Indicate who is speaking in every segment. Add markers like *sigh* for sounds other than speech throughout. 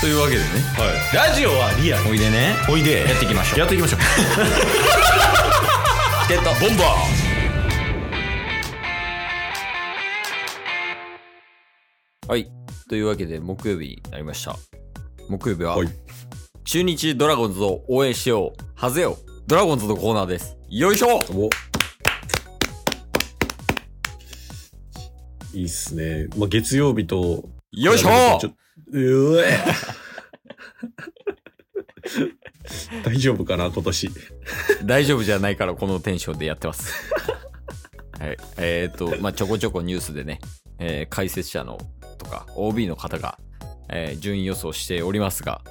Speaker 1: というわけでね
Speaker 2: ラジオはリアル
Speaker 1: おいでね
Speaker 2: おいで
Speaker 1: やっていきましょう
Speaker 2: やっていきましょう
Speaker 1: チケットボンバーはいというわけで木曜日になりました木曜日は、
Speaker 2: はい
Speaker 1: 中日ドラゴンズを応援しようハゼよドラゴンズのコーナーですよいしょ
Speaker 2: おいいっすね、まあ、月曜日と
Speaker 1: よいしょ
Speaker 2: ちょう *laughs* え大丈夫かな今年
Speaker 1: 大丈夫じゃないからこのテンションでやって *laughs* ます。はい、えっ、と、まあ、ちょこちょこニュースでね、えー解説者のとか OB の方が、えー順位予想しておりますが、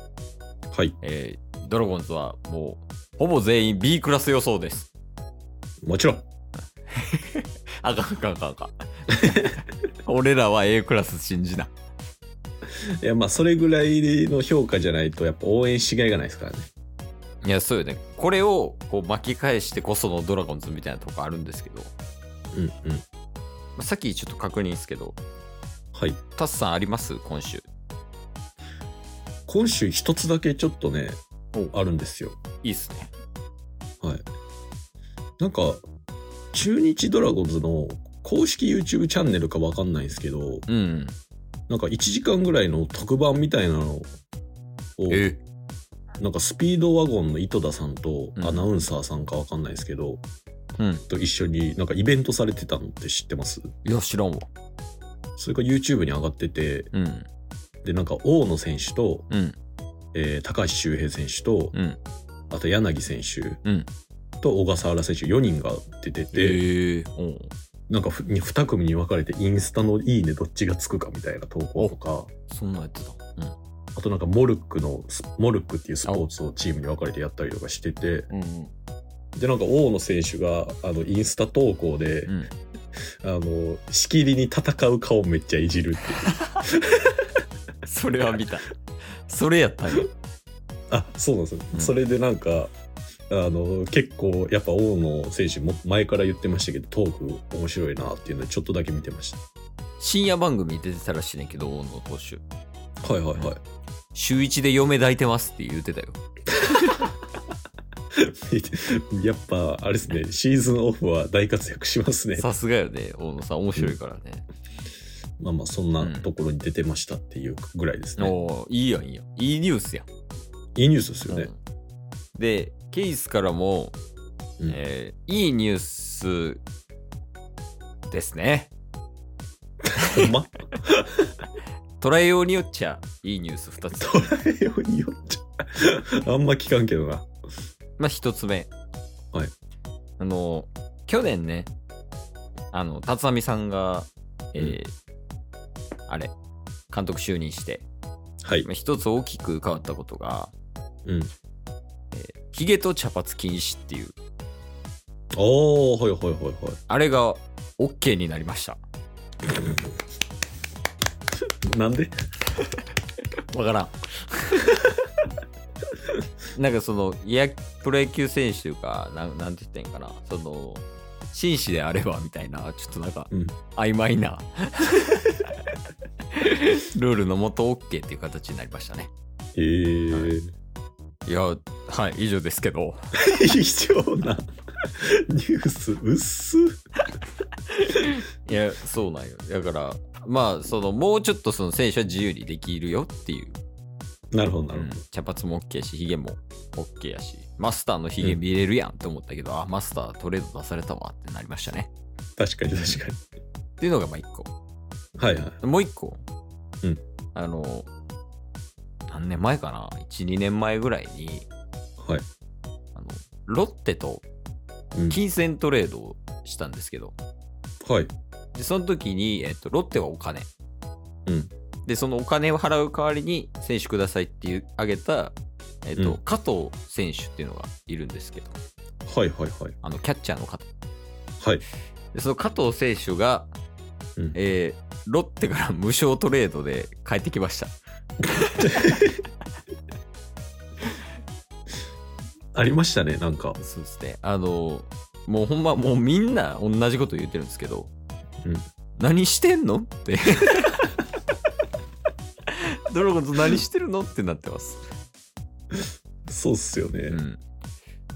Speaker 2: はい
Speaker 1: えードラゴンズはもうほぼ全員 B クラス予想です。
Speaker 2: もちろん
Speaker 1: あかんあかんあかんあかん。俺らは A クラス信じな。
Speaker 2: いやまあそれぐらいの評価じゃないとやっぱ応援しがいがないですからね
Speaker 1: いや、そうよね。これをこう巻き返してこそのドラゴンズみたいなとこあるんですけど、ま
Speaker 2: うんうん
Speaker 1: あさっきちょっと確認ですけど、
Speaker 2: はい
Speaker 1: タスさんあります今週。
Speaker 2: 今週一つだけちょっとね
Speaker 1: お
Speaker 2: あるんですよ
Speaker 1: いいっすね。
Speaker 2: はいなんか中日ドラゴンズの公式 YouTube チャンネルかわかんないんですけど
Speaker 1: うん。
Speaker 2: なんか1時間ぐらいの特番みたいなのを
Speaker 1: え
Speaker 2: なんかスピードワゴンの井戸田さんと
Speaker 1: うん
Speaker 2: アナウンサーさんかわかんないですけど、
Speaker 1: うん。
Speaker 2: と一緒になんかイベントされてたのって知ってます
Speaker 1: いや、知らんわ。
Speaker 2: それが YouTube に上がってて
Speaker 1: うん。
Speaker 2: でなんか大野選手と、
Speaker 1: うん。
Speaker 2: えー高橋周平選手と、
Speaker 1: うん。
Speaker 2: あと柳選手
Speaker 1: うん。
Speaker 2: と小笠原選手4人が出てて、
Speaker 1: ええおう
Speaker 2: なんか 2, 組に分かれてインスタの「いいね」どっちがつくかみたいな投稿とか
Speaker 1: そんなんやってた。う
Speaker 2: あとなんかモルックのスモルックっていうスポーツをチームに分かれてやったりとかしてて
Speaker 1: ん。うん。
Speaker 2: でなんか大野選手があのインスタ投稿で、
Speaker 1: うん。
Speaker 2: あのしきりに戦う顔めっちゃいじるってい
Speaker 1: *laughs*
Speaker 2: う
Speaker 1: それは見た。 *laughs* それやったんや。
Speaker 2: あそうなんですよ、
Speaker 1: うん
Speaker 2: それでなんかあの結構やっぱ大野選手も前から言ってましたけどトーク面白いなっていうのでちょっとだけ見てまし
Speaker 1: 深夜番組出てたらしいねんけど、大野投手。
Speaker 2: たはいはいはい
Speaker 1: 週一で嫁抱いてますって言うてたよ。
Speaker 2: *laughs* やっぱあれですねシーズンオフは大活躍しますね
Speaker 1: さすがよね、大野さん。面白いからね。
Speaker 2: まあまあそんなところに出てましたっていうぐらいですね、
Speaker 1: おおいいやん、いいやん。いいニュースやん。
Speaker 2: いいニュースですよね、
Speaker 1: うんで、ケースからも、
Speaker 2: うん
Speaker 1: えーいいニュースですね。
Speaker 2: ほんま *laughs*
Speaker 1: 捉えようによっちゃ、いいニュース2つ。
Speaker 2: 捉えようによっちゃあんま聞かんけどな
Speaker 1: まあ、一つ目。
Speaker 2: はい。
Speaker 1: あの、去年ね、あの、辰巳さんが、えーあれ、監督就任して、
Speaker 2: はい
Speaker 1: まあ、一つ大きく変わったことが、
Speaker 2: うん
Speaker 1: ヒゲと茶髪禁止っていう、
Speaker 2: ああはいはいはいはい
Speaker 1: あれが OK になりました。
Speaker 2: なんで
Speaker 1: わからん。 *laughs* なんかその、いや、プロ野球選手というか、なんなんて言ったらいいんかな、その、紳士であればみたいな、ちょっとなんか、
Speaker 2: うん
Speaker 1: 曖昧な *laughs* ルールのもと OK っていう形になりましたね。
Speaker 2: えー、
Speaker 1: いや、はい、以上ですけど、
Speaker 2: 異常なニュースうっす
Speaker 1: いや、そうなんよ。だから、まあ、その、もうちょっとその選手は自由にできるよっていう、
Speaker 2: なるほどな
Speaker 1: う
Speaker 2: る
Speaker 1: ん、茶髪も OK やし、ヒゲも OK やし、マスターのヒゲ見れるやんって思ったけど、あ、マスタートレード出されたわってなりましたね。
Speaker 2: ほど確かに確かに
Speaker 1: っていうのがまあ1個。
Speaker 2: はいはい
Speaker 1: もう1個。
Speaker 2: うん
Speaker 1: あの、何年前かな ?1、2年前ぐらいに、
Speaker 2: はい
Speaker 1: あのロッテと
Speaker 2: うん
Speaker 1: 金銭トレードをしたんですけど、
Speaker 2: はい
Speaker 1: でその時に、えっと、ロッテはお金。
Speaker 2: うん
Speaker 1: で、そのお金を払う代わりに選手くださいっていうあげた、えっと
Speaker 2: うん
Speaker 1: 加藤選手っていうのがいるんですけど、
Speaker 2: はいはいはい
Speaker 1: あのキャッチャーの方。
Speaker 2: はい
Speaker 1: でその加藤選手が、
Speaker 2: うん
Speaker 1: えーロッテから無償トレードで帰ってきました。
Speaker 2: ありましたねなんか
Speaker 1: そうですね。あの、もうほんま、もうみんな同じこと言ってるんですけど、
Speaker 2: うん
Speaker 1: 何してんのって。 *laughs* ドラゴンズ何してるのってなってます。
Speaker 2: そうっすよね。
Speaker 1: うん、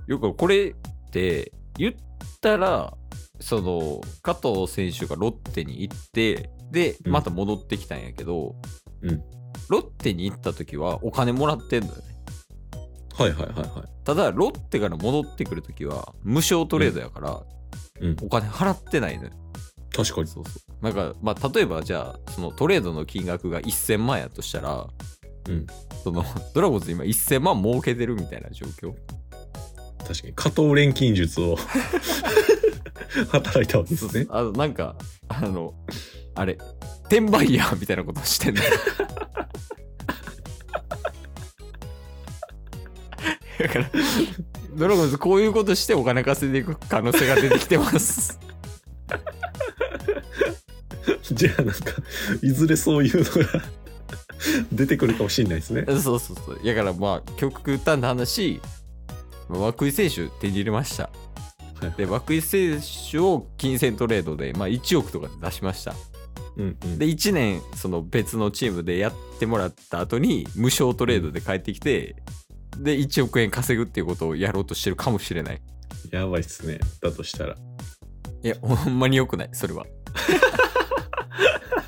Speaker 1: よくこれって言ったらその加藤選手がロッテに行ってで
Speaker 2: うん
Speaker 1: また戻ってきたんやけど、
Speaker 2: うん
Speaker 1: ロッテに行った時はお金もらってんのよね
Speaker 2: はいはいはいは
Speaker 1: ただロッテから戻ってくる時は無償トレードやから、
Speaker 2: うん
Speaker 1: お金払ってないのよ
Speaker 2: い。確かに。
Speaker 1: そうそうなんかまあ例えばじゃあそのトレードの金額が1000万やとしたら、
Speaker 2: うん
Speaker 1: そのドラゴンズ今1000万儲けてるみたいな状況
Speaker 2: 確かに。加藤錬金術 *laughs* を働いたわけですね。
Speaker 1: あの、なんか、あの、あれ、転売ヤーみたいなことしてんの。 *laughs* だから、ドラゴンズこういうことしてお金稼いでいく可能性が出てきてます。
Speaker 2: じゃあなんか、いずれそういうのが *laughs* 出てくるかもしれないです
Speaker 1: *laughs*
Speaker 2: ね。
Speaker 1: そうそうそう。だからまあ、極端な話、涌井選手手に入れました。
Speaker 2: はい
Speaker 1: で、涌井選手を金銭トレードで、まあ1億とかで出しました。
Speaker 2: うんうん。
Speaker 1: で1年その別のチームでやってもらった後に無償トレードで帰ってきてで1億円稼ぐっていうことをやろうとしてるかもしれない
Speaker 2: やばいっすね。だとしたら。
Speaker 1: いやほんまに良くないそれは
Speaker 2: *laughs*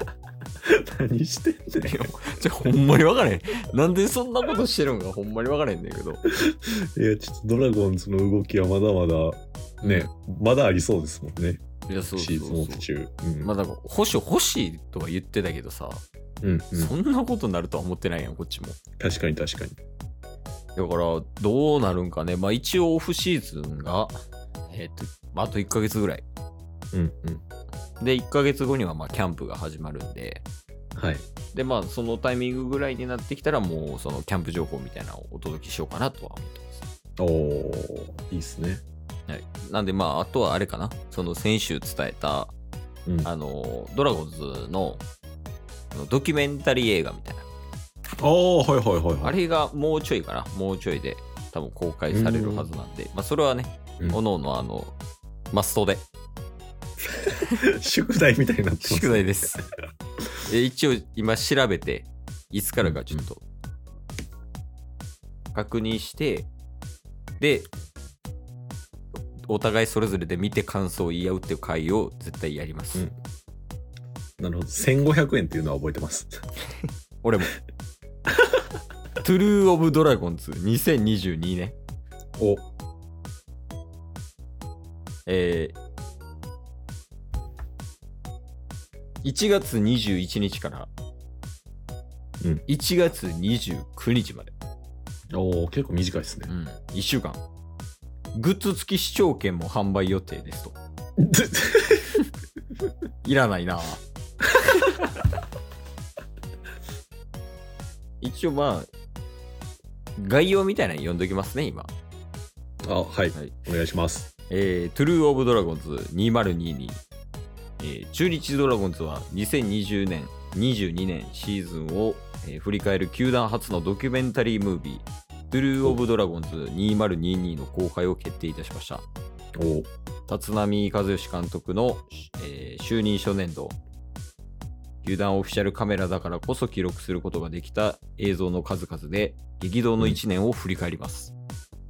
Speaker 2: 何してんねん
Speaker 1: いやじゃほんまに分から
Speaker 2: *laughs*
Speaker 1: へんなんでそんなことしてるんかほんまに分からへんねんけど
Speaker 2: いや、ちょっとドラゴンズの動きはまだまだ、ね、まだありそうですもんね。
Speaker 1: いやそうそ
Speaker 2: シ
Speaker 1: う
Speaker 2: ーズンオフ
Speaker 1: そう
Speaker 2: 中。うん。
Speaker 1: まあだから保守欲しいとは言ってたけどさ、
Speaker 2: うんうん、
Speaker 1: そんなことになるとは思ってないやんこっちも
Speaker 2: 確かに確かに。
Speaker 1: だからどうなるんかねまあ一応オフシーズンがえっ、とまああと1ヶ月ぐらい
Speaker 2: うんうん。
Speaker 1: で1ヶ月後にはまあキャンプが始まるんで
Speaker 2: はい。
Speaker 1: でまあそのタイミングぐらいになってきたらもうそのキャンプ情報みたいなのをお届けしようかなとは思ってます。
Speaker 2: おー、いいっすね。
Speaker 1: はい、なんでまああとはあれかなその先週伝えた
Speaker 2: うん。
Speaker 1: あのドラゴンズのあのドキュメンタリー映画みたいな
Speaker 2: あー、はいはいはいはい。
Speaker 1: あれがもうちょいかなもうちょいで多分公開されるはずなんで、まあ、それはね、
Speaker 2: うん
Speaker 1: おのおのあのマストで
Speaker 2: 宿題みたいになってます。
Speaker 1: 宿題です。 *laughs* え一応今調べて、いつからかちょっと確認して、で、お互いそれぞれで見て感想を言い合うっていう回を絶対やります。
Speaker 2: うんなるほど。1500円っていうのは覚え
Speaker 1: *laughs*
Speaker 2: てます。
Speaker 1: 俺
Speaker 2: *laughs*
Speaker 1: も。トゥルー・オブ・ドラゴンズ2022年。
Speaker 2: お、
Speaker 1: えー1月21日から
Speaker 2: うん
Speaker 1: 1月29日まで。
Speaker 2: おー結構短い
Speaker 1: *laughs*
Speaker 2: ですね
Speaker 1: う。ん、1週間。グッズ付き視聴券も販売予定ですと。いらないな。一応まあ、概要みたいなの読んどきますね、今。
Speaker 2: あ、はい、
Speaker 1: はい
Speaker 2: お願いします。
Speaker 1: えー、トゥルー・オブ・ドラゴンズ2022、えー中日ドラゴンズは2020年、22年シーズンを、えー振り返る球団初のドキュメンタリームービー、トゥルー・オブ・ドラゴンズ2022の公開を決定いたしました。
Speaker 2: おー
Speaker 1: 立浪和義監督の、えー就任初年度球団オフィシャルカメラだからこそ記録することができた映像の数々で激動の1年を振り返ります、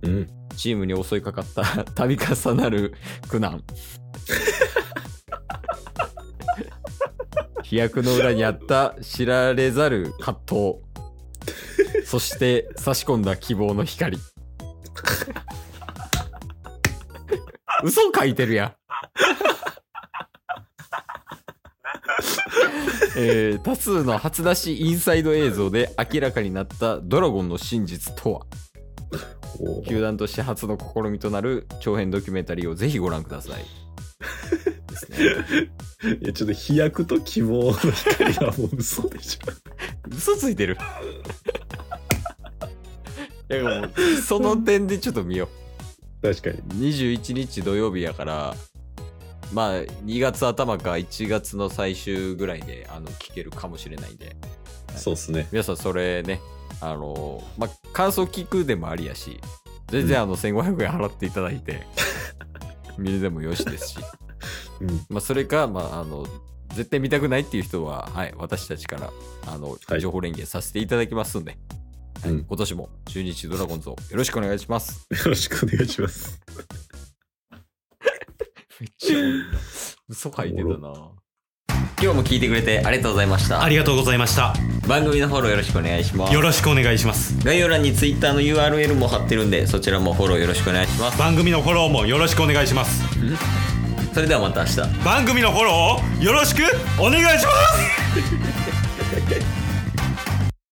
Speaker 2: うん。
Speaker 1: チームに襲いかかった *laughs* 度重なる苦難 *laughs* 飛躍の裏にあった知られざる葛藤そして差し込んだ希望の光嘘書いてるやんえー多数の初出しインサイド映像で明らかになったドラゴンの真実とは
Speaker 2: おー
Speaker 1: 球団として初の試みとなる長編ドキュメンタリーをぜひご覧ください。ですね
Speaker 2: いや、ちょっと飛躍と希望の光はもう嘘でしょ。
Speaker 1: 嘘ついてる。いやもうその点でちょっと見よ
Speaker 2: 確かに。
Speaker 1: う。21日土曜日やから、まあ2月頭か1月の最終ぐらいであの聞けるかもしれないんで、
Speaker 2: そうっすね。
Speaker 1: 皆さんそれね、あのまあ感想聞くでもありやし、全然あの1500円払っていただ *laughs* いて、見るでもよしですし。
Speaker 2: うん。
Speaker 1: まあ、それか、まあ、あの、絶対見たくないっていう人は、はい、私たちからあの
Speaker 2: はい
Speaker 1: 情報連携させていただきますんで、はい
Speaker 2: うん
Speaker 1: 今年も中日ドラゴンズをよろしくお願いします。
Speaker 2: よろしくお願いします。
Speaker 1: めっちゃ多いな嘘書いてたな。今日も聞いてくれてありがとうございました
Speaker 3: あ。りがとうございました。
Speaker 1: 番組のフォローよろしくお願いします
Speaker 3: よ。ろしくお願いします。
Speaker 1: 概要欄に Twitter の URL も貼ってるんで、そちらもフォローよろしくお願いします。
Speaker 3: 番組のフォローもよろしくお願いします。
Speaker 1: それではまた明日。
Speaker 3: 番組のフォローをよろしくお願いします